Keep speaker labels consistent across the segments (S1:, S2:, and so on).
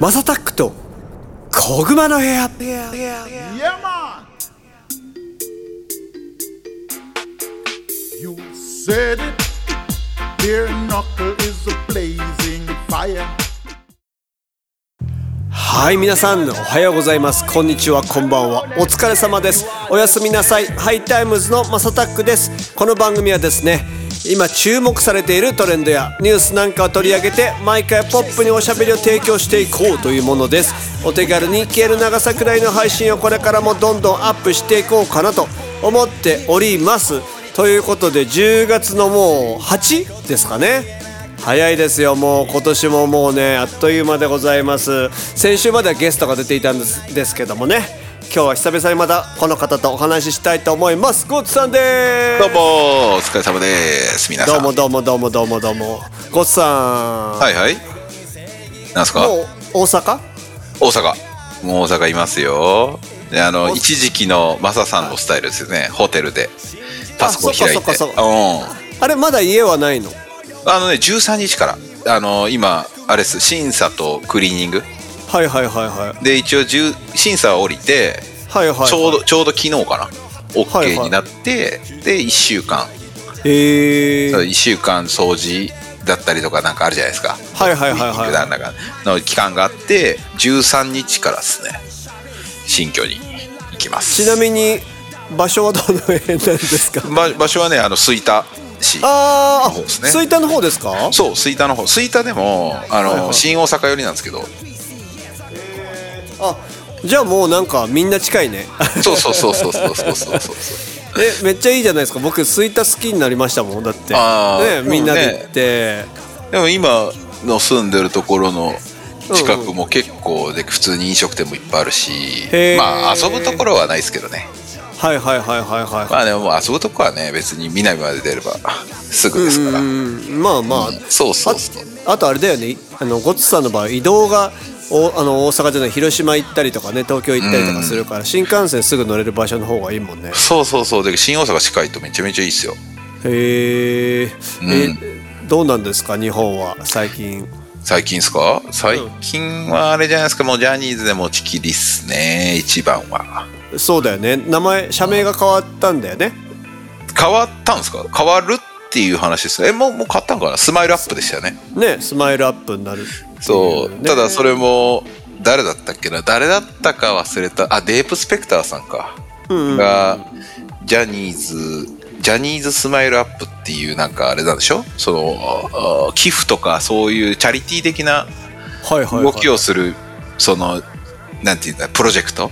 S1: マサタックと小熊の部屋はい皆さんおはようございますこんにちはこんばんはお疲れ様ですおやすみなさいハイタイムズのマサタックですこの番組はですね今注目されているトレンドやニュースなんかを取り上げて毎回ポップにおしゃべりを提供していこうというものですお手軽に消える長さくらいの配信をこれからもどんどんアップしていこうかなと思っておりますということで10月のもう8ですかね早いですよもう今年ももうねあっという間でございます先週まではゲストが出ていたんですですけどもね今日は久々にまたこの方とお話ししたいと思いますゴッツさんです
S2: どうもお疲れ様です皆さん
S1: どうもどうもどうもどうもどうもゴッツさん、
S2: はいはいなんすか
S1: もう大阪
S2: 大阪もう大阪いますよであの
S1: お
S2: 一時期のマサさんのスタイルですよねホテルでパソコン開い
S1: そっか
S2: て
S1: そっかそっか
S2: う
S1: あれまだ家はないの
S2: んあのね13日からあの今あれです審査とクリーニング
S1: はいはいはいはい
S2: で一応10審査は降りて
S1: はいはい
S2: ちょうどちょうど昨日かな
S1: はいはい
S2: OK になってで1週間
S1: へえー、
S2: 1週間掃除だったりとかなんかあるじゃないですか
S1: はいはいはいはい
S2: なんだかの期間があって13日からですね新居に行きます
S1: ちなみに場所はどの辺なんですか
S2: ば場所はねあの吹田市
S1: あ
S2: そうです
S1: あ、
S2: ね
S1: 吹田の方ですか
S2: そう吹田の方吹田でもあの、
S1: はいはい
S2: 新大阪寄りなんですけど
S1: あじゃあもうなんかみんな近い ね
S2: そうそうそうそうそうそうそうそう
S1: えめっちゃいいじゃないですか僕吹田好きになりましたもんだって
S2: あー
S1: ねみんなで行って、
S2: でも今の住んでるところの近くも結構で普通に飲食店もいっぱいあるし、
S1: へー
S2: まあ遊ぶところはないですけどね
S1: はいはいはいはいはい、
S2: まあでももう遊ぶとこはね別に南まで出れば すぐですから、
S1: うんまあまあ、
S2: そうそうそう
S1: ああとあれだよねあのゴッツさんの場合移動がおあの大阪じゃない広島行ったりとかね東京行ったりとかするから、新幹線すぐ乗れる場所の方がいいもんね
S2: そうそうそうで新大阪近いとめちゃめちゃいいっすよ
S1: へえ、
S2: うん
S1: えどうなんですか日本は最近
S2: 最近ですか最近はあれじゃないですかもうジャニーズで持ちきりっすね一番は
S1: そうだよね名前社名が変わったんだよね
S2: 変わったんですか変わるっていう話ですえもうもう買ったんかなスマイルアップでしたよね
S1: ねスマイルアップになる
S2: そう、
S1: ね
S2: ただそれも誰だったっけな誰だったか忘れたあデープスペクターさんか、がジャニーズジャニーズスマイルアップっていうなんかあれなんでしょそのあ寄付とかそういうチャリティー的な
S1: はいはい、はい、
S2: 動きをするそのなんていうんだプロジェクト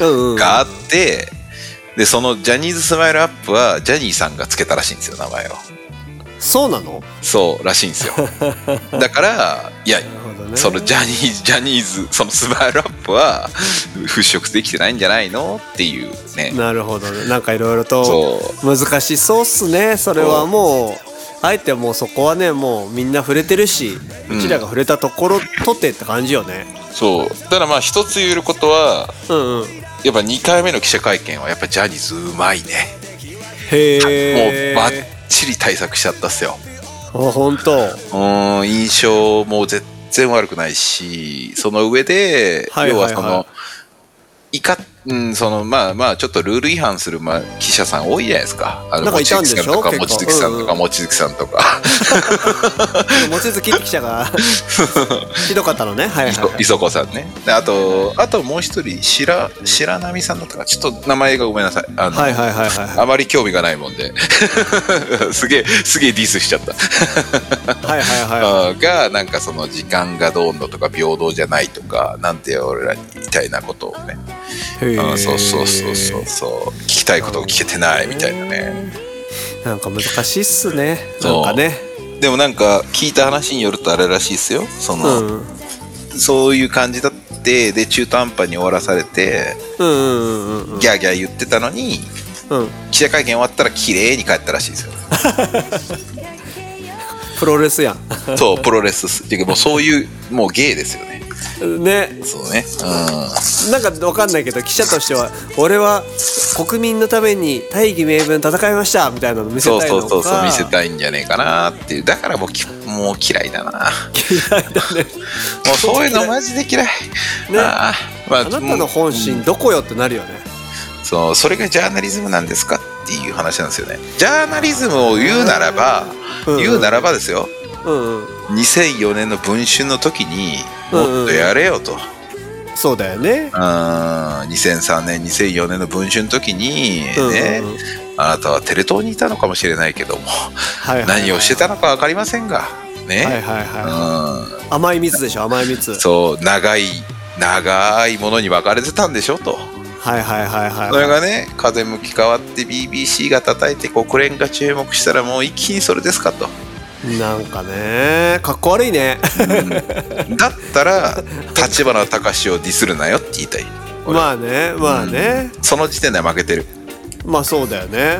S1: うんうん、
S2: があって、でそのジャニーズスマイルアップはジャニーさんがつけたらしいんですよ名前を
S1: そうなの
S2: そうらしいんです よだからいや
S1: なるほどね
S2: そのジャニージャニーズそのスマイルアップは払拭できてないんじゃないのっていうね
S1: なるほどねなんかいろいろと
S2: そ
S1: 難しそうっすねそれはもうあえてもうそこはねもうみんな触れてるしうちらが触れたところとてって感じよね
S2: そうただまあ一つ言えることは
S1: うんうん
S2: やっぱ2回目の記者会見はやっぱジャニーズうまいね
S1: へえ
S2: もうバッチリ対策しちゃったっすよ
S1: あ本当
S2: うーん印象も全然悪くないしその上で、
S1: はいはいはい
S2: 要はそのいか、うん、そのまあまあちょっとルール違反する、まあ、記者さん多いじゃないですかあの
S1: なんかいたんでしょ
S2: さんとか
S1: 結
S2: 望
S1: 構
S2: 月さんと
S1: うん
S2: か望月さんとか
S1: 望月記者 がひどかったのねはいはいはい
S2: 磯子さんねであとあともう一人白白波さんだったかちょっと名前がごめんなさいあの、
S1: はいはいはいはい
S2: あまり興味がないもんで すげえすげえディスしちゃった
S1: はいはいはい
S2: あーがなんかその時間がどうのとか平等じゃないとかなんて俺らにみたいなことをね
S1: へ
S2: あ
S1: ー
S2: ーそうそうそうそうそう聞きたいことを聞けてないみたいなね
S1: なんか難しいっすねな
S2: そ
S1: ん
S2: う
S1: かね
S2: でもなんか聞いた話によるとあれらしいですよそうの、
S1: んうん
S2: そういう感じだってで中途半端に終わらされて
S1: うんうんうん
S2: ギャーギャー言ってたのに
S1: うん
S2: 記者会見終わったら綺麗に帰ったらしいですよ
S1: プロレスやん
S2: そうプロレスっていうかもうそういうもう芸ですよね
S1: ね
S2: そうね。
S1: なんか分かんないけど記者としては俺は国民のために大義名分戦いましたみたいなの見
S2: うん。
S1: せ
S2: そう
S1: たい
S2: そ
S1: の
S2: う
S1: か
S2: そうそう見せたいんじゃねえかなっていうだからもうきもう嫌いだな
S1: 嫌いだね
S2: もうそういうのマジで嫌い、
S1: ね
S2: あーま あ
S1: あなたの本心どこよってなるよね
S2: そうそれがジャーナリズムなんですかっていう話なんですよねジャーナリズムを言うならば、
S1: うん
S2: 言うならばですよ
S1: うん、うん、
S2: 2004年の文春の時に
S1: うんうん
S2: もっとやれよと、うん
S1: そうだよね
S2: 2003年2004年の文春の時に
S1: うんうん
S2: ね、あなたはテレ東にいたのかもしれないけども、
S1: はいはいはい
S2: 何をしてたのか分かりませんがね、
S1: はいはいはい、甘い蜜でしょ甘い蜜
S2: うん、そう長い長いものに分かれてたんでしょと。
S1: はいはいはいはい
S2: それがね風向き変わって BBC が叩いて国連が注目したらもう一気にそれですかと、
S1: なんかねかっこ悪い ね
S2: だったら立花隆をディスるなよって言いたい
S1: まあねまあね、
S2: その時点では負けてる
S1: まあそうだよね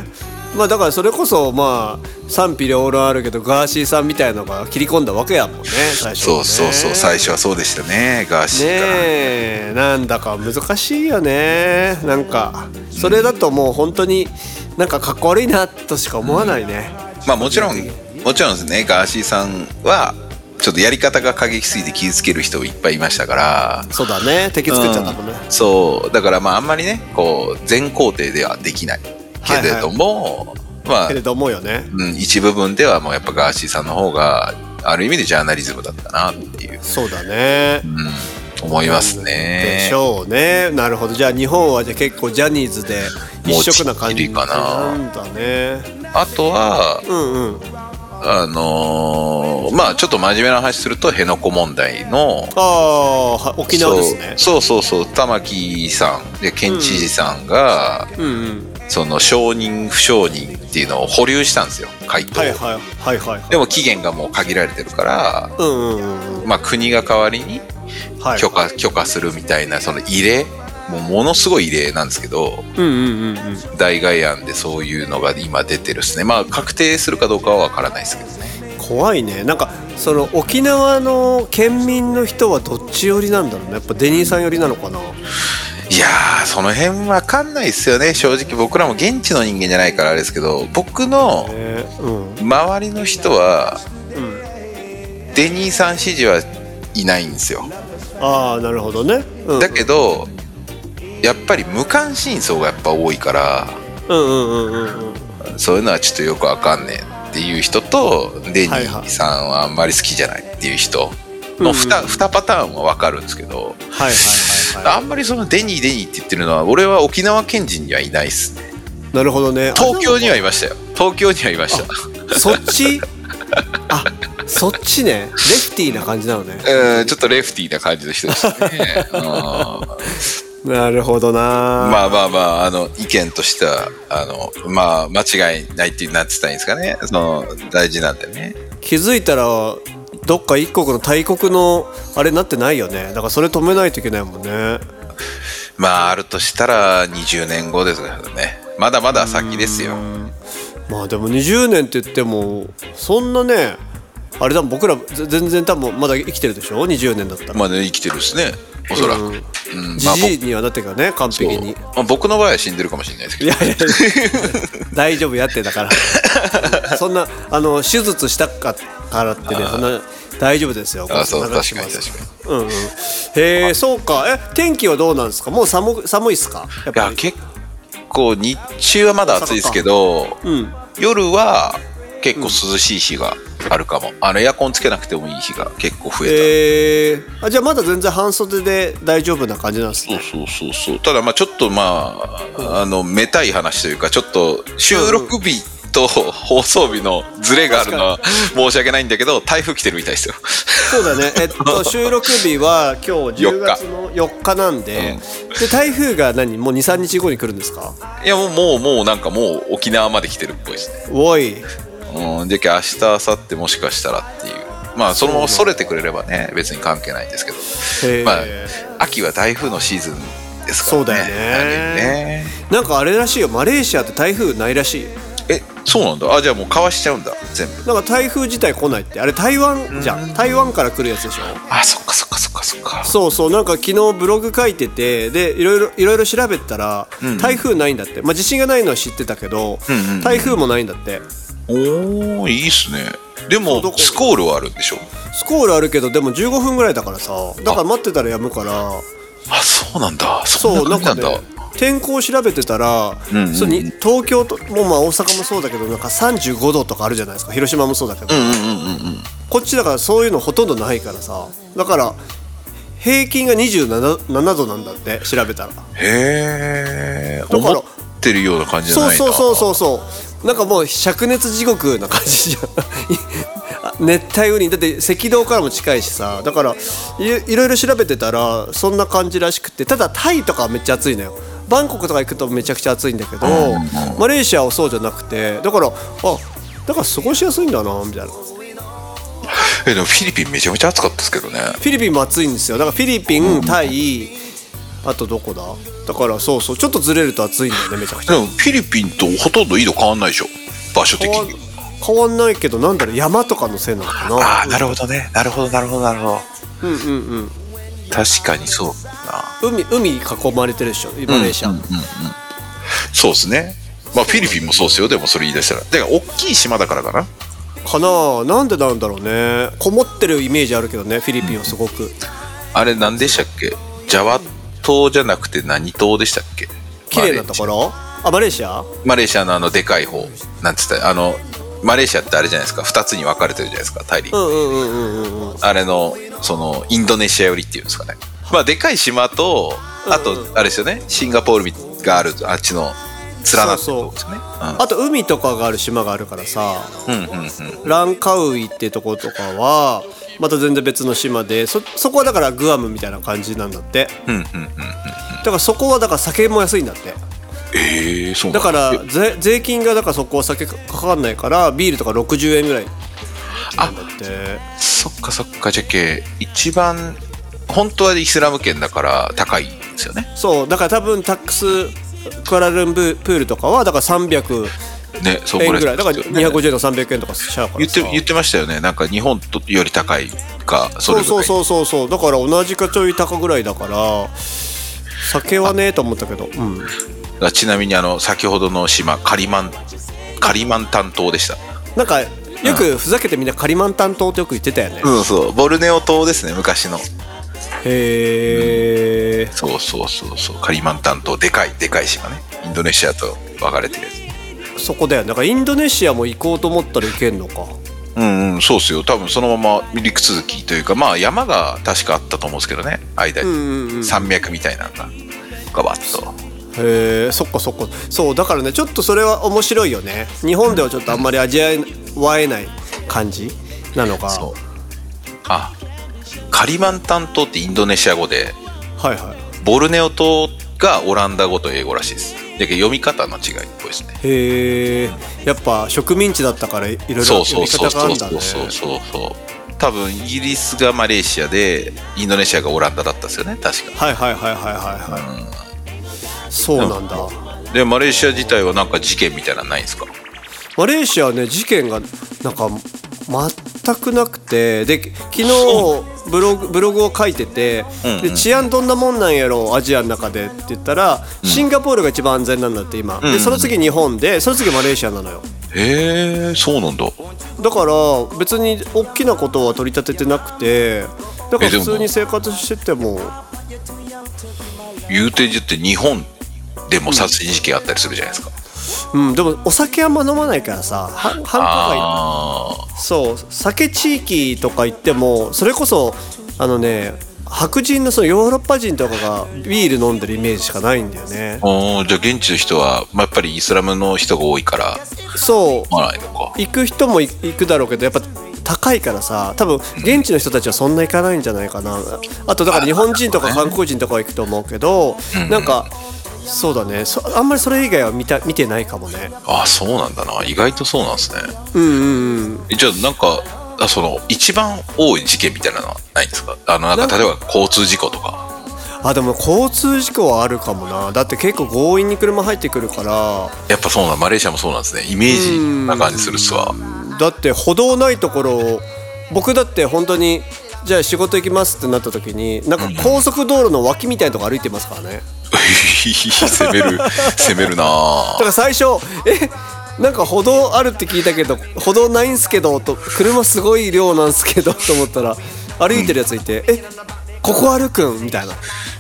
S1: まあだからそれこそまあ賛否両論あるけどガーシーさんみたいのが切り込んだわけやもんね最初は
S2: そ
S1: ね
S2: うそうそう最初はそうでしたねガーシ
S1: ね
S2: ーが、
S1: えなんだか難しいよねなんかそれだともう本当になんかかっこ悪いなとしか思わないね、
S2: まあもちろんもちろんですねガーシーさんはちょっとやり方が過激すぎて傷つける人いっぱいいましたから
S1: そうだね敵作っちゃったもんね、
S2: うんそうだからまああんまりねこう全肯定ではできないけれども、まあ
S1: けれど思うよね
S2: うん、一部分ではもうやっぱガーシーさんの方がある意味でジャーナリズムだったなっていう、
S1: そうだね
S2: うん、思いますね。
S1: でしょうねなるほどじゃあ日本はじゃあ結構ジャニーズで一色な感じ
S2: もうちっちゃいか
S1: んだね
S2: あとは
S1: うんうん
S2: あのーまあちょっと真面目な話すると辺野古問題の
S1: ああは沖縄ですね
S2: そうそうそうそう玉木さんで県知事さんが、
S1: うんうん
S2: その承認不承認っていうのを保留したんですよ回答を、
S1: はいはいはいはいはい
S2: でも期限がもう限られてるから、
S1: うんうんうんうん
S2: まあ、国が代わりに
S1: はい
S2: 許可許可するみたいなその異例もうものすごい異例なんですけど
S1: うんうんうんうん
S2: 代替案でそういうのが今出てるですねまあ確定するかどうかは分からないですけどね
S1: 怖いねなんかその沖縄の県民の人はどっち寄りなんだろうねやっぱデニーさん寄りなのかない
S2: やーその辺分かんないですよね正直僕らも現地の人間じゃないからあれですけど僕の
S1: えー、うん
S2: 周りの人は
S1: うん
S2: デニーさん支持はいないんですよ
S1: ああなるほどね、うん、
S2: だけどやっぱり無関心層がやっぱ多いから
S1: うんうんうんうんうん
S2: そういうのはちょっとよく分かんねえっていう人とデニーさんはあんまり好きじゃないっていう人の 2,
S1: うん
S2: パターンは分かるんですけど
S1: はいはいはいは
S2: あんまりそのデニーデニーって言ってるのは俺は沖縄県人にはいないっすね
S1: いなるほどね
S2: 東京にはいましたよ東京にはいました
S1: そっちあそっちねレフティーな感じなのね
S2: うんちょっとレフティーな感じの人で したねうん
S1: なるほどなま
S2: まあまあまああの意見としてはあのまあ間違いないってなってたらいいんですかねその大事なんでね
S1: 気づいたらどっか一国の大国のあれになってないよねだからそれ止めないといけないもんね
S2: まああるとしたら20年後ですからねまだまだ先ですよ
S1: まあでも20年って言ってもそんなねあれだもん僕らぜ全然多分まだ生きてるでしょ20年だったら
S2: まあね生きてるっすねおそらく、
S1: う
S2: うんん
S1: じ
S2: まあ
S1: じいにはなってるからね完
S2: 僕
S1: 璧に
S2: そうまあ僕の場合は死んでるかもしれないですけ
S1: い
S2: ど
S1: やいやいや大丈夫やってだからそんなあの手術したかからってねそんな大丈夫ですよ
S2: あそう
S1: 流します
S2: 確かに
S1: うんうんへえそうかえ天気はどうなんですかもう寒く寒いっすかやっ
S2: い
S1: ぱ
S2: や
S1: り
S2: 結構日中はまだ暑いですけど、
S1: うん
S2: 夜は結構涼しい日があるかも、あのエアコンつけなくてもいい日が結構増え
S1: えー、あじゃあまだ全然半袖で大丈夫な感じなんです
S2: た、
S1: ね
S2: そうそうそうそうただまあちょっとまああのめたい話というかちょっと収録日と放送日のズレがあるのは申し訳ないんだけど台風来てるみたいですよ
S1: そうだね、えっと、 収録日は今日10月の4日なんで、で台風が何、もう2、3日後に来るんですか
S2: いやもうもうもうなんかもう沖縄まで来てるっぽいですね
S1: おい、
S2: うん、で明日明後日もしかしたらっていうまあそのままそれてくれればね別に関係ないんですけ
S1: へー
S2: ど、まあ、秋は台風のシーズンですからね
S1: そうだよね
S2: あれね
S1: なんかあれらしいよ、マレーシアって台風ないらしいよ、
S2: えそうなんだあじゃあもうかわしちゃうんだ全部
S1: なんか台風自体来ないって、あれ、台湾じゃん、台湾から来るやつでしょ、
S2: あそっかそっかそっかそっか
S1: そうそうなんか昨日ブログ書いててでいろいろいろいろ調べたら、
S2: ん
S1: 台風ないんだって、まあ、地震がないのは知ってたけど、
S2: うんうんうん
S1: 台風もないんだって
S2: おおいいっすねで
S1: そうど
S2: も
S1: こ
S2: スコールはあるんでしょ
S1: スコールあるけどでも15分ぐらいだからさだから待ってたらやむから
S2: あそうなんだそ
S1: そ
S2: ん
S1: う
S2: な
S1: な
S2: 感
S1: ん
S2: じな
S1: か
S2: ん
S1: ね
S2: だ
S1: 天候を調べてたら、
S2: うんうんうん
S1: そうに東京ともうまあ大阪もそうだけどなんか35度とかあるじゃないですか広島もそうだけど、
S2: うんうんうんうんうん
S1: こっちだからそういうのほとんどないからさだから平均が27 7度なんだって調べたら
S2: へえ
S1: から
S2: 思ってるような感じじゃ
S1: そう
S2: ないな
S1: そうそうそうそうなんかもう灼熱地獄な感じじゃんあ 熱帯雨林だって赤道からも近いしさだからいいろいろ調べてたらそんな感じらしくてただタイとかはめっちゃ暑いのよバンコクとか行くとめちゃくちゃ暑いんだけど、マレーシアはそうじゃなくてだからあだから過ごしやすいんだなみたいなフ
S2: えでもフィリピンめちゃめちゃ暑かったですけどね
S1: ィリピンも暑いんですよだからフィリピンタイあとどこだだからそうそうちょっとずれると暑いんだよねめちゃくちゃ
S2: でもフィリピンとほとんど緯度変わんないでしょ場所的
S1: 変わん
S2: に
S1: 変わんないけどなんだろう山とかのせいなのかな
S2: ああなるほどねなるほどなるほどなるほど
S1: うんうんうん
S2: 確かにそうだな
S1: 海海囲まれてるでしょマレーシア、
S2: そうですねまあフィリピンもそうですよでもそれ言い出したらだから大きい島だからかな
S1: かなあなんでなんだろうねこもってるイメージあるけどねフィリピンはすごく
S2: あれ何でしたっけジャワ島じゃなくて何島でしたっけ
S1: 綺麗なところあマレーシア
S2: マレーシアのあのでかい方なんつったあのマレーシアってあれじゃないですか2つに分かれてるじゃないですか大陸、
S1: うんうんうんうんうんうん
S2: あれのそのインドネシア寄りっていうんですかねまあでかい島とあ
S1: うん
S2: とあれですよねシンガポールがあるあっちの連なってるとこですね
S1: あと海とかがある島があるからさ
S2: うんうんうんうん
S1: ランカウイってとことかはまた全然別の島でそそこはだからグアムみたいな感じなんだって
S2: うんうんうん
S1: だからそこはだから酒も安いんだって
S2: ええそうな
S1: だ
S2: ん
S1: から税税金がだからそこは酒かかんないからビールとか60円ぐらいなんだって
S2: そっかそっかじゃけ一番本当はイスラム圏だから高いんですよね
S1: そうだから多分タックスクアラルンプールとかはだから300
S2: ねそう
S1: 円
S2: こ
S1: ぐらいだから
S2: ですよね
S1: 250円とか300円とかしちゃうから
S2: 言っ
S1: さ
S2: て言ってましたよねなんか日本とより高いかそ
S1: そ
S2: れ
S1: う
S2: ぐら
S1: そう
S2: い
S1: そうそうそうだから同じかちょい高ぐらいだから酒はねえと思ったけどうん
S2: あちなみにあの先ほどの島カリマンカリマンタン島でした
S1: なんかよくふざけてみんなカリマンタン島ってよく言ってたよね
S2: うんそうボルネオ島ですね昔の
S1: へえ
S2: そうそうそうそうカリマンタン島でかいでかい島ねインドネシアと分かれてるやつ
S1: そこだよだからインドネシアも行こうと思ったら行けんのか
S2: うんうんそうっすよ多分そのまま陸続きというかまあ山が確かあったと思うんですけどね間に、
S1: うんうんうん
S2: 山脈みたいなのがガバッと
S1: へえそっかそっかそうだからねちょっとそれは面白いよね日本ではちょっとあんまり味わえない感じなのか
S2: そうあカリマンタン島ってインドネシア語で
S1: はいは
S2: ボルネオ島がオランダ語と英語らしいですだけど読み方の違いっぽいですね
S1: いへえやっぱ植民地だったからいろいろ
S2: そう
S1: 呼
S2: そう
S1: び
S2: そう
S1: 方があ
S2: そ
S1: る
S2: うん
S1: だ
S2: そ
S1: ね
S2: うそうそうそう多分イギリスがマレーシアでインドネシアがオランダだったんですよね確か
S1: はいはいはいはいはいはいそうなんだ
S2: でマレーシア自体はなんか事件みたいなのないんですか
S1: マレーシアはね事件がなんか全くなくてで昨日ブログブログを書いてて、
S2: うんうん
S1: で治安どんなもんなんやろアジアの中でって言ったら、シンガポールが一番安全なんだって今、
S2: んうん
S1: でその次日本でその次マレーシアなのよ
S2: へえそうなんだ
S1: だから別に大きなことは取り立ててなくてだから
S2: えで
S1: 普
S2: も
S1: 通に生活してても
S2: 言うてじって日本でも殺人事件あったりするじゃないですか、
S1: うんでもお酒あんま飲まないからさは繁華街
S2: ああ
S1: そう酒地域とか行ってもそれこそあのね白人のそのヨーロッパ人とかがビール飲んでるイメージしかないんだよね
S2: おーじゃあ現地の人は、まあ、やっぱりイスラムの人が多いから
S1: そう
S2: 飲まないのか
S1: 行く人もい行くだろうけどやっぱ高いからさ多分現地の人たちはそんな行かないんじゃないかなあとだから日本人とか韓国人とかは行くと思うけどなんかそうだねそあんまりそれ以外は見た見てないかもね
S2: ああそうなんだな意外とそうなんですね
S1: うんうんうん
S2: えじゃあなんかあその一番多い事件みたいなのはないんですかあのなんか例えば交通事故とか
S1: あでも交通事故はあるかもなだって結構強引に車入ってくるから
S2: やっぱそうなんマレーシアもそうなんですねイメージな感じするっすわ
S1: だって歩道ないところを僕だって本当にじゃあ仕事行きますってなった時になんか高速道路の脇みたいなとこ歩いてますからね
S2: 攻める攻めるな
S1: だから最初えなんか歩道あるって聞いたけど歩道ないんすけどと車すごい量なんすけどと思ったら歩いてるやついて、えここ歩くんみたいな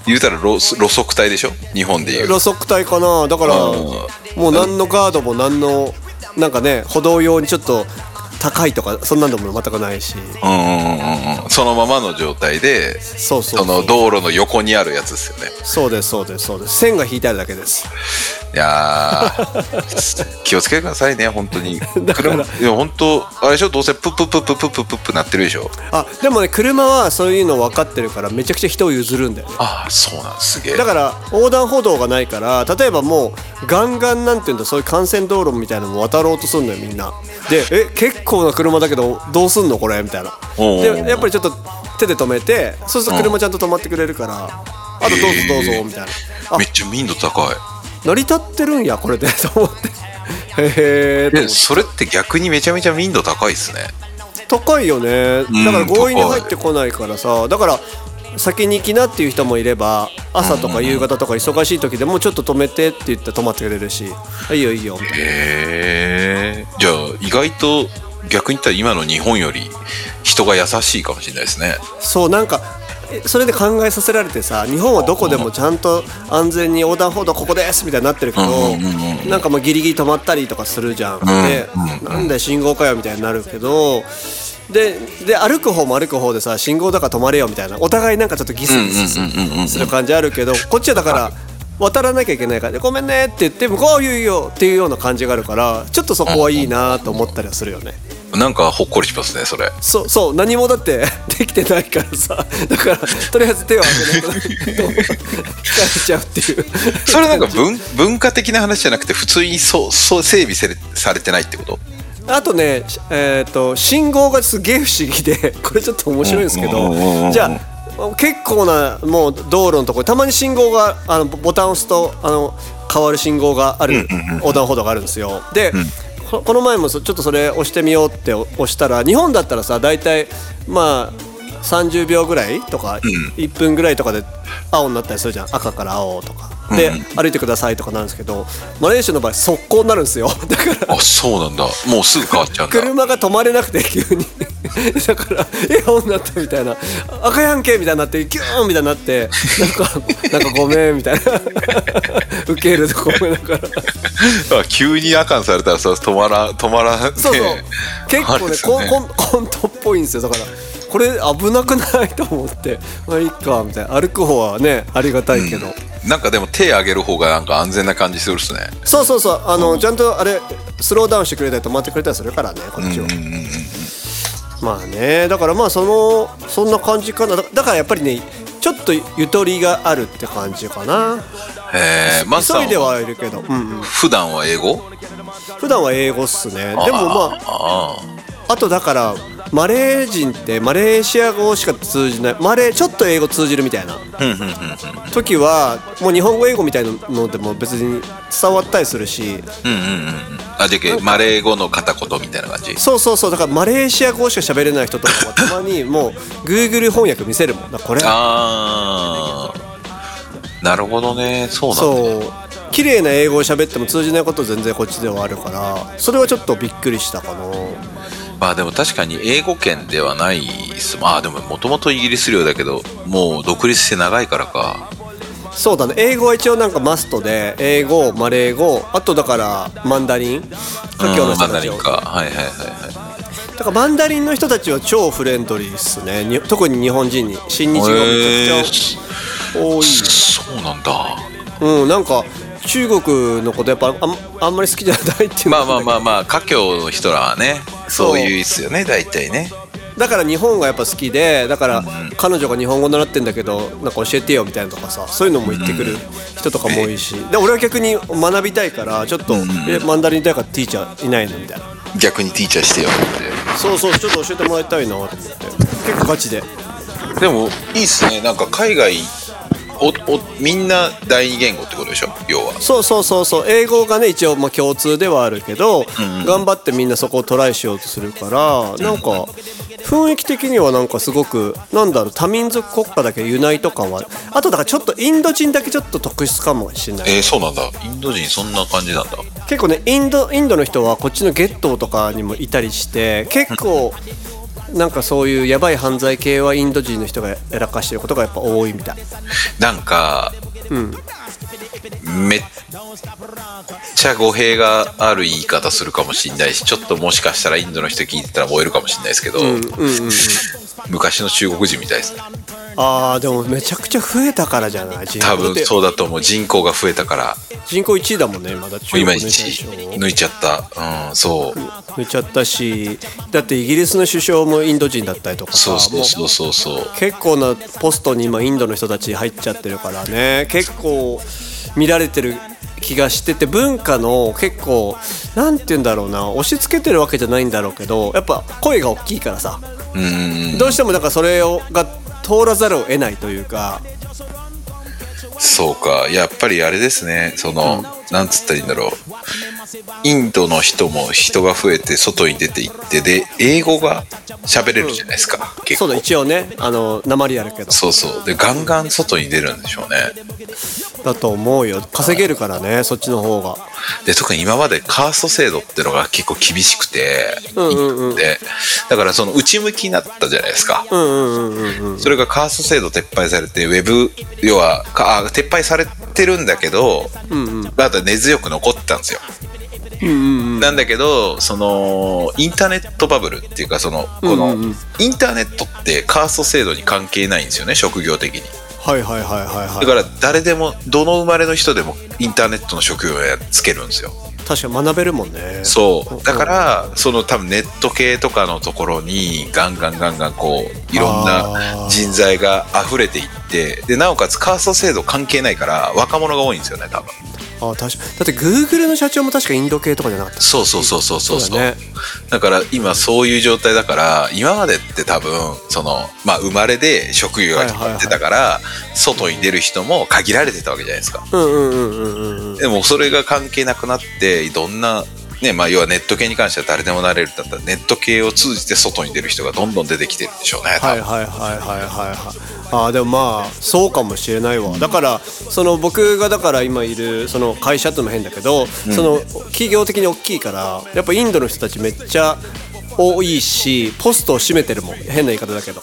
S2: 言うたら路路側帯でしょ日本で言う
S1: 路側帯かなだから
S2: うん
S1: もう何のガードも何のなんかね歩道用にちょっと高いとかそんなんでも全くないし
S2: うんうんうんうんそのままの状態で
S1: そうそ
S2: そ
S1: そ
S2: うの
S1: う
S2: 道路の横にあるやつですよね
S1: そうですそうですそうです線が引いてあるだけです
S2: いや ー気をつけてくださいね本当に車いや本当あれでしょどうせプップップップップップップップなってるでしょ
S1: あでもね車はそういうの分かってるからめちゃくちゃ人を譲るんだよね
S2: ああそうなんすげえ
S1: だから横断歩道がないから例えばもうガンガンなんていうんだそういう幹線道路みたいなのも渡ろうとするんだよみんなでえ結構な車だけどどうすんのこれみたいな
S2: おうおうおう
S1: でやっぱりちょっと手で止めてそうすると車ちゃんと止まってくれるからあとどうぞどう
S2: へ
S1: ぞ
S2: ー
S1: みたいなあ
S2: めっちゃ民度高い
S1: 成り立ってるんやこれでと思ってへえと思
S2: で
S1: って
S2: それって逆にめちゃめちゃ民度高いですね
S1: 高いよね
S2: ん
S1: だから強引に入ってこないからさだから先に行きなっていう人もいれば朝とか夕方とか忙しい時でもちょっと止めてって言って止まってくれるし「いいよいいよ」みたいな
S2: へえじゃあ意外と逆に言ったら今の日本より人が優しいかもしれないですね
S1: そうなんかえそれで考えさせられてさ日本はどこでもちゃんと安全に横断歩道ここですみたいになってるけ
S2: うん
S1: ど
S2: うんうん
S1: なんかもうギリギリ止まったりとかするじゃん、でなんだよ信号かよみたいになるけどでで歩く方も歩く方でさ信号だから止まれよみたいなお互いなんかちょっとギスギスす
S2: うんうんうんうんうん
S1: する感じあるけどこっちはだから渡らなきゃいけないからでごめんねって言って向こう言うよっていうような感じがあるからちょっとそこはいいなと思ったりはするよね。
S2: なんかほっこりしますねそれ
S1: そうそう何もだって できてないからさだからとりあえず手を挙げなくなると 疲れちゃうっていう
S2: それなんか文文化的な話じゃなくて普通にそうそう整備せれされてないってこと
S1: あとねえっ、と信号がすげえ不思議で これちょっと面白いんですけ
S2: うんうんうんうんう
S1: ど
S2: ん
S1: じゃあ結構なもう道路のところたまに信号があのボボタンを押すとあの変わる信号がある横断歩道があるんですよ。で、ここの前もそちょっとそれ押してみようって押したら日本だったらさ大体まあ30秒ぐらいとか1分ぐらいとかで青になったりするじゃん赤から青とかで歩いてくださいとかなんですけどマレーシアの場合速攻になるんですよ だから
S2: あそうなんだもうすぐ変わっちゃうんだ
S1: 車が止まれなくて急に だから「え青になった」みたいな「赤やんけ」みたいになってキューンみたいになってなんか「なんかごめん」みたいな ウケるとか思いながら
S2: あ急にアカンされたらさ止まら止まらね
S1: そうそう結構
S2: あれ
S1: ね
S2: です
S1: コンコンコントっぽいんですよだからこれ危なくないと思って「まあいいか」みたいな歩く方はねありがたいけど、
S2: なんかでも手上げる方がなんか安全な感じするっすね
S1: そうそうそうあの、ちゃんとあれスローダウンしてくれたり止まってくれたりするからねこっちを。まあねだからまあそのそんな感じかなだだからやっぱりねちょっとゆとりがあるって感じかな
S2: えー、マスさ
S1: 急い
S2: ん
S1: で
S2: は
S1: はいるけど、うんうん、
S2: 普段は英語
S1: 普段は英語っすねでもまあ
S2: あ
S1: あとだからマレー人ってマレーシア語しか通じないマレーちょっと英語通じるみたいな時はもう日本語英語みたいなのでも別に伝わったりするし
S2: ーうんうんうんあじゃけマレー語の片言みたいな感じ
S1: そうそうそうだからマレーシア語しか喋れない人とかはたまにもう Google 翻訳見せるもんだからこれ
S2: ああなるほどねそうなんだ
S1: そう綺麗な英語を喋っても通じないこと全然こっちではあるからそれはちょっとびっくりしたかな
S2: まあでも確かに英語圏ではないっすまあでももともとイギリス領だけどもう独立して長いからか
S1: そうだね英語は一応なんかマストで英語マレー語あとだからマンダリン
S2: う
S1: 華僑の
S2: んマ
S1: 人
S2: ンダ
S1: た
S2: リ
S1: ち
S2: ン
S1: を
S2: かはいはいはいはい
S1: だからマンダリンの人たちは超フレンドリーっすねに特に日本人に親日が
S2: へ
S1: めち
S2: ー
S1: ゃくちゃ多い
S2: そうなんだ
S1: うんなんか中国のことやっぱあんあんまり好きじゃないっていうの
S2: ま
S1: が
S2: あまあまあまあ華僑の人らはね
S1: そう
S2: そういうっすよね大体ね
S1: だから日本がやっぱ好きでだから彼女が日本語習ってんだけどなんか教えてよみたいなとかさそういうのも言ってくる人とかも多いしで俺は逆に学びたいからちょっとえマンダリンだからティーチャーいないのみたいな
S2: 逆にティーチャーしてよっ
S1: そうそうちょっと教えてもらいたいなと思って結構ガチで
S2: てでもいいっすねなんか海外おおみんな第二言語ってことでしょ要は
S1: そうそうそうそう英語がね一応まあ共通ではあるけど、頑張ってみんなそこをトライしようとするからなんか雰囲気的にはなんかすごくなんだろう多民族国家だけどユナイト感はあるあとだからちょっとインド人だけちょっと特殊かもしれない
S2: えー、そうなんだインド人そんな感じなんだ
S1: 結構ねインドインドの人はこっちのゲットーとかにもいたりして結構なんかそういうやばい犯罪系はインド人の人がやらかしてることがやっぱ多いみたい
S2: なんか、めっちゃ語弊がある言い方するかもしんないしちょっともしかしたらインドの人聞いてたら燃えるかもしんないですけど、昔の中国人みたいですね
S1: あーでもめちゃくちゃ増えたからじゃない人口
S2: 多
S1: だって
S2: 分そうだと思う人口が増えたから
S1: 人口1位だもんねまだ中国
S2: 今
S1: の
S2: 一
S1: 最初
S2: 抜いちゃった、うん、そう
S1: 抜いちゃったしだってイギリスの首相もインド人だったりとかさ
S2: そうそう
S1: も
S2: そうそうそう
S1: う結構なポストに今インドの人たち入っちゃってるからね結構見られてる気がしてて文化の結構なんて言うんだろうな押し付けてるわけじゃないんだろうけどやっぱ声が大きいからさ
S2: うん
S1: どうしてもだからそれをが通らざるを得ないというか
S2: そうかやっぱりあれですねその、なんつったらいいんだろうインドの人も人が増えて外に出て行ってで英語が喋れるじゃないですか、結
S1: そう
S2: 構
S1: だ一応ねあの鉛あるけど
S2: そうそうでガンガン外に出るんでしょうね
S1: だと思うよ稼げるからねそっちの方が。
S2: で特に今までカースト制度ってのが結構厳しくて、
S1: んうんうん
S2: インドってだからその内向きになったじゃないですか、
S1: うんうんうんうんうん
S2: それがカースト制度撤廃されてウェブ要はかあ撤廃されてるんだけど、まだ根強く残ってたんですよ、なんだけどそのインターネットバブルっていうかそのこの、
S1: うんうんうん
S2: インターネットってカースト制度に関係ないんですよね職業的に
S1: はいはいはいはいはい
S2: だから誰でもどの生まれの人でもインターネットの職業をやっつけるんですよ
S1: 確かに学べるもんね
S2: そうだからその多分ネット系とかのところにガンガンガンガンこういろん
S1: あ
S2: な
S1: ー
S2: 人材が溢れていってでなおかつカースト制度関係ないから若者が多いんですよね多分
S1: ああ確かだってグーグルの社長も確かインド系とかじゃなかった
S2: そうそうそうそうそう
S1: そ
S2: そうう
S1: だね
S2: だから今そういう状態だから今までって多分そのまあ生まれで職業が決まってたから外に出る人も限られてたわけじゃないですか
S1: うんうんうんうんうんうん
S2: でもそれが関係なくなってどんな、ねまあ、要はネット系に関しては誰でもなれるだったらネット系を通じて外に出る人がどんどん出てきてるんでしょうね、
S1: はいはいはいはいはいはいああでもまあそうかもしれないわだからその僕がだから今いるその会社ってのも変だけど、その企業的に大きいからやっぱインドの人たちめっちゃ多いしポストを占めてるもん変な言い方だけど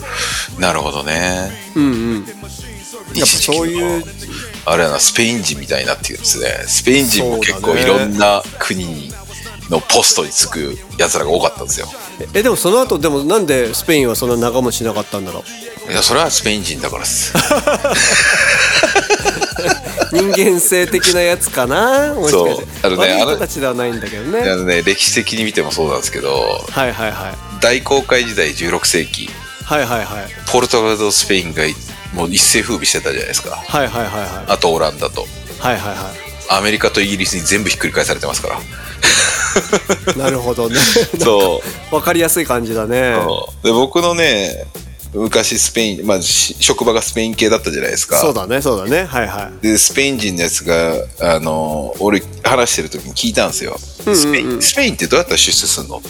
S2: なるほどね
S1: うんうんやっぱ
S2: 一時期
S1: そういう
S2: あれやなスペイン人みたいになってるんですねスペイン人も結
S1: そう
S2: 構
S1: だね
S2: いろんな国のポストにつくやつらが多かったんですよ
S1: えでもその後でもなんでスペインはそんな長持ちしなかったん だろう
S2: いやそれはスペイン人だからです
S1: 人間性的なやつかなもしかして
S2: そうあの
S1: 悪い
S2: ねあ
S1: 人
S2: の
S1: たちではないんだけどね
S2: あのね歴史的に見てもそうなんですけど
S1: はいはいはい
S2: 大航海時代16世紀
S1: はいはいはい
S2: ポルトガルとスペインがもう一世風靡してたじゃないですか
S1: はいはいはいはい
S2: あとオランダと
S1: はいはいは
S2: アメリカとイギリスに全部ひっくり返されてますから
S1: いなるほ どね
S2: そう
S1: わかりやすい感じだね
S2: そうで僕のね昔スペイン、まあ、し職場がスペイン系だったじゃないですか
S1: そうだねそうだねはいはい
S2: でスペイン人のやつがあの俺話してる時に聞いたんですよ、スペインスペインってどうやったら出世するのって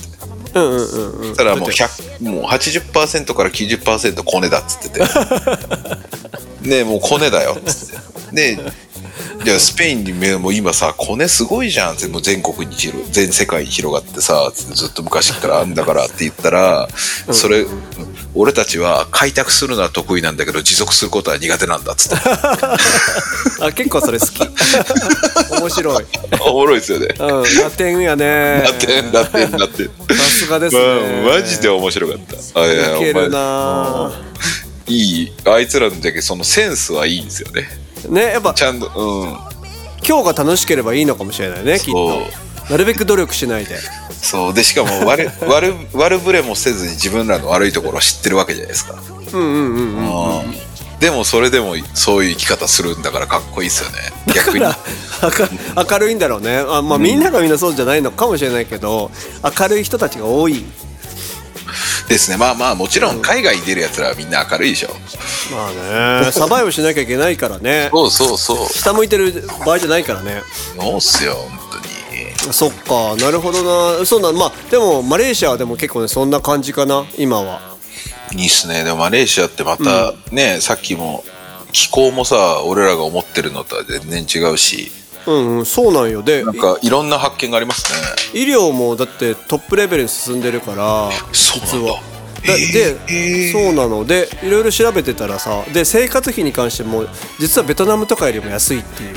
S1: うんうんうんうん
S2: そしたらもう100もう80%から90%コネだっつって てねもうコネだよっつってでいやスペインにもう今さコネすごいじゃんってもう全国に広全世界に広がってさつってずっと昔からあんだからって言ったらそれ俺たちは開拓するのは得意なんだけど持続することは苦手なんだっつって
S1: あ結構それ 好き面白い
S2: おもろいです よね
S1: うんラテンやね
S2: なってんなってんなってん
S1: さすがですね
S2: まあマジで面白かったあい
S1: いける
S2: お前
S1: な
S2: うんいいあいつらのだけそのセンスはいいんですよね
S1: ねやっぱ
S2: ちゃんとうん
S1: 今日が楽しければいいのかもしれないねきっと
S2: そ
S1: なるべく努力しないで
S2: うそうでしかも 悪悪悪ぶれもせずに自分らの悪いところを知ってるわけじゃないですか、うん
S1: うんうん
S2: でもそれでもそういう生き方するんだからかっこいいですよ ね逆に
S1: 明明るいんだろうねあ、まあ、みんながみんなそうじゃないのかもしれないけど明るい人たちが多い
S2: ですねまあまあもちろん海外に出るやつらはみんな明るいでしょ
S1: まあねサバイブしなきゃいけないからね
S2: そうそうそう
S1: 下向いてる場合じゃないからね
S2: そうっすよ本当に
S1: そっかなるほどなそうなんまあでもマレーシアはでも結構ねそんな感じかな今はい
S2: いっすねでもマレーシアってまたね、さっきも気候もさ俺らが思ってるのとは全然違うし
S1: うん、うん、そうなんよで
S2: なんかいろんな発見がありますね
S1: 医療もだってトップレベルに進んでるから
S2: そう
S1: 実はだ
S2: え
S1: で、
S2: ーえー
S1: そうなのでいろいろ調べてたらさで生活費に関しても実はベトナムとかよりも安いっていう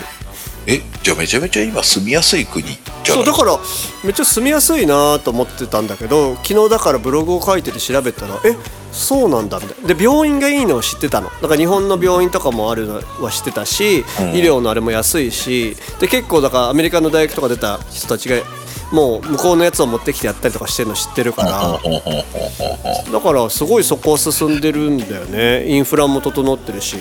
S2: えじゃあめちゃめちゃ今住みやすい国じゃな
S1: そ
S2: いう
S1: だからめっちゃ住みやすいなと思ってたんだけど昨日だからブログを書いてて調べたらえそうなんだみたいなで病院がいいのを知ってたのだから日本の病院とかもあるのは知ってたし、医療のあれも安いしで結構だからアメリカの大学とか出た人たちがもう向こうのやつを持ってきてやったりとかしてるの知ってるから
S2: ほんほんほんほんほん
S1: だからすごいそこは進んでるんだよねインフラも整ってるし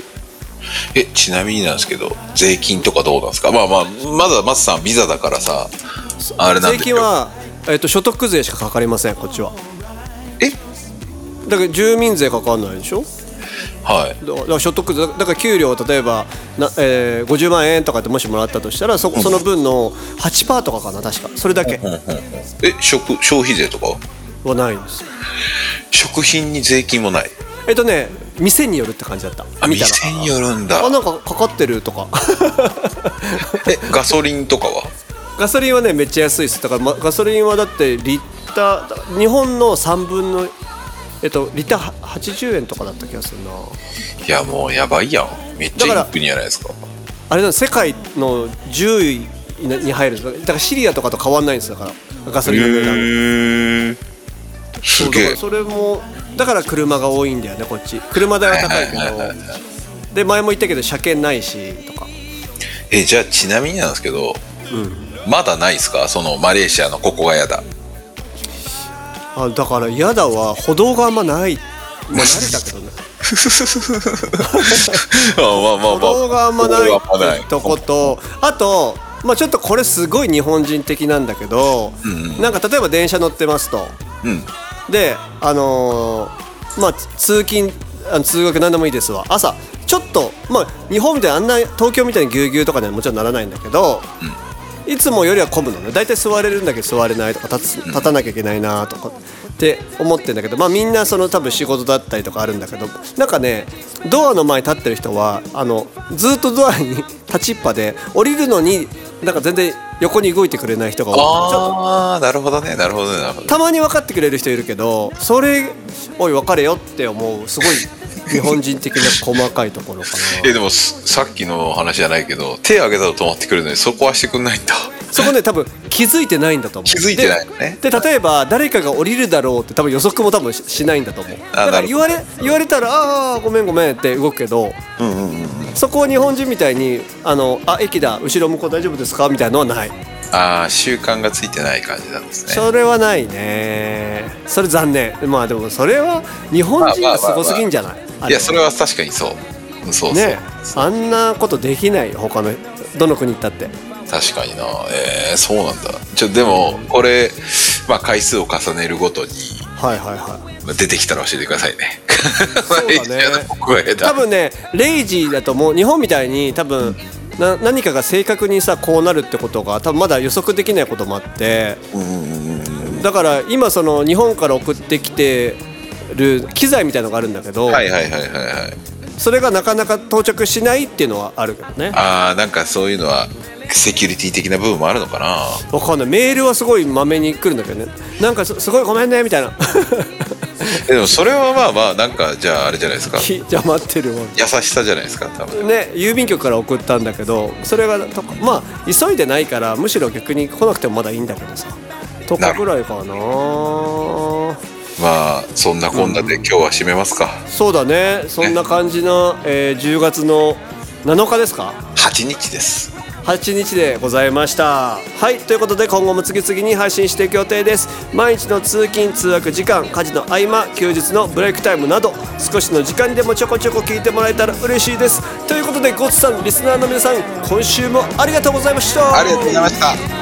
S2: えちなみになんですけど税金とかどうなんですかまあまあまだ松さんビザだからさあれなん
S1: 税
S2: です
S1: 金
S2: よ
S1: は、えっと所得税しかかかりませんこっちは
S2: え
S1: だから住民税かかんないでしょ
S2: はい
S1: だから所得税だから給料を例えばな、えー50万円とかってもしもらったとしたらそその分の8%とかかな確かそれだけ
S2: え食消費税とかは
S1: はないんですよ
S2: 食品に税金もない
S1: えっとね店によるって感じだった
S2: あ
S1: 見たら
S2: 店によるんだ
S1: あなんかかかってるとか
S2: えガソリンとかは
S1: ガソリンはねめっちゃ安いですだから、ま、ガソリンはだってリッター日本の3分のえっとリッター80円とかだった気がするない
S2: やもうやばいやんめっち
S1: だ
S2: ゃ
S1: から
S2: いい国じゃないですか
S1: あれなの世界の10位に入るんですだからシリアとかと変わんないんですだからガソリンの値段
S2: へえ
S1: そ
S2: す
S1: うだ
S2: げ
S1: か
S2: え
S1: らそれもだから車が多いんだよねこっち車代は高いけ
S2: はいはいは
S1: ど
S2: い
S1: で前も言ったけど車検ないしとか
S2: えじゃあちなみになんですけど、まだないですかそのマレーシアのここが やだ
S1: あだから嫌だわ歩道があんまないまあ慣れたけど ね
S2: あまあまあ
S1: 歩道があんまな
S2: 歩道があんまない
S1: いとことあとまあちょっとこれすごい日本人的なんだけど、
S2: うんうん
S1: なんか例えば電車乗ってますと
S2: うん
S1: であのーまあ通勤あの通学何でもいいですわ朝ちょっとまあ日本みたいにあんな東京みたいにぎゅうぎゅうとかにはもちろんならないんだけど、いつもよりは混むのね大体座れるんだけど座れないとか立つ立たなきゃいけないなとかって思ってんだけどまあみんなその多分仕事だったりとかあるんだけどなんかねドアの前に立ってる人はあのずっとドアに立ちっぱで降りるのになんか全然横に動いてくれない人が多いちょっと
S2: ああなるほどねなるほどねなるほど
S1: たまに分かってくれる人いるけどそれおい分かれよって思うすごい日本人的な細かいところかな
S2: えでもすさっきの話じゃないけど手挙げたら止まってくるのにそこはしてくんないんだ
S1: そこね多分気づいてないんだと思う
S2: 気づいてないのね
S1: でで例えば誰かが降りるだろうって多分予測も多分ししないんだと思うだか
S2: な
S1: ら
S2: るほど
S1: 言われ言われたらああごめんごめんって動くけど
S2: うんうんうん
S1: そこは日本人みたいにあのあ駅だ後ろ向こう大丈夫ですかみたいなのはない
S2: ああ習慣がついてない感じなんですね
S1: それはないねそれ残念まあでもそれは日本人がすごすぎんじゃないあ
S2: い
S1: れは
S2: やそれは確かにそうそうそう、
S1: ねあんなことできないよ他のどの国行ったって
S2: 確かになえー、そうなんだちょでもこれ、まあ、回数を重ねるごとに
S1: はいはいはい
S2: まあ出てきたら教えてくださいね
S1: そうだね
S2: マレーシアのここがやだ
S1: 多分ねレイジーだともう日本みたいに多分な何かが正確にさこうなるってことが多分まだ予測できないこともあってだから今その日本から送ってきてる機材みたいのがあるんだけど、
S2: はいはいはいはいはい
S1: それがなかなか到着しないっていうのはあるけどね
S2: ああなんかそういうのはセキュリティ的な部分もあるのかな
S1: わかんないメールはすごいまめに来るんだけどねなんかすすごいごめんねみたいな
S2: でもそれはまあまあなんかじゃああれじゃないですか
S1: き邪魔ってるわ
S2: 優しさじゃないですか多分
S1: ね、郵便局から送ったんだけどそれがとかまあ急いでないからむしろ逆に来なくてもまだいいんだけどさとかぐらいかな
S2: まあそんなこんなで今日は締めますか
S1: そうだねそんな感じの、えー10月の7日ですか
S2: 8日です
S1: 8日でございましたはいということで今後も次々に配信していく予定です毎日の通勤通学時間家事の合間休日のブレイクタイムなど少しの時間でもちょこちょこ聞いてもらえたら嬉しいですということでゴッツさんリスナーの皆さん今週もありがとうございました
S2: ありがとうございました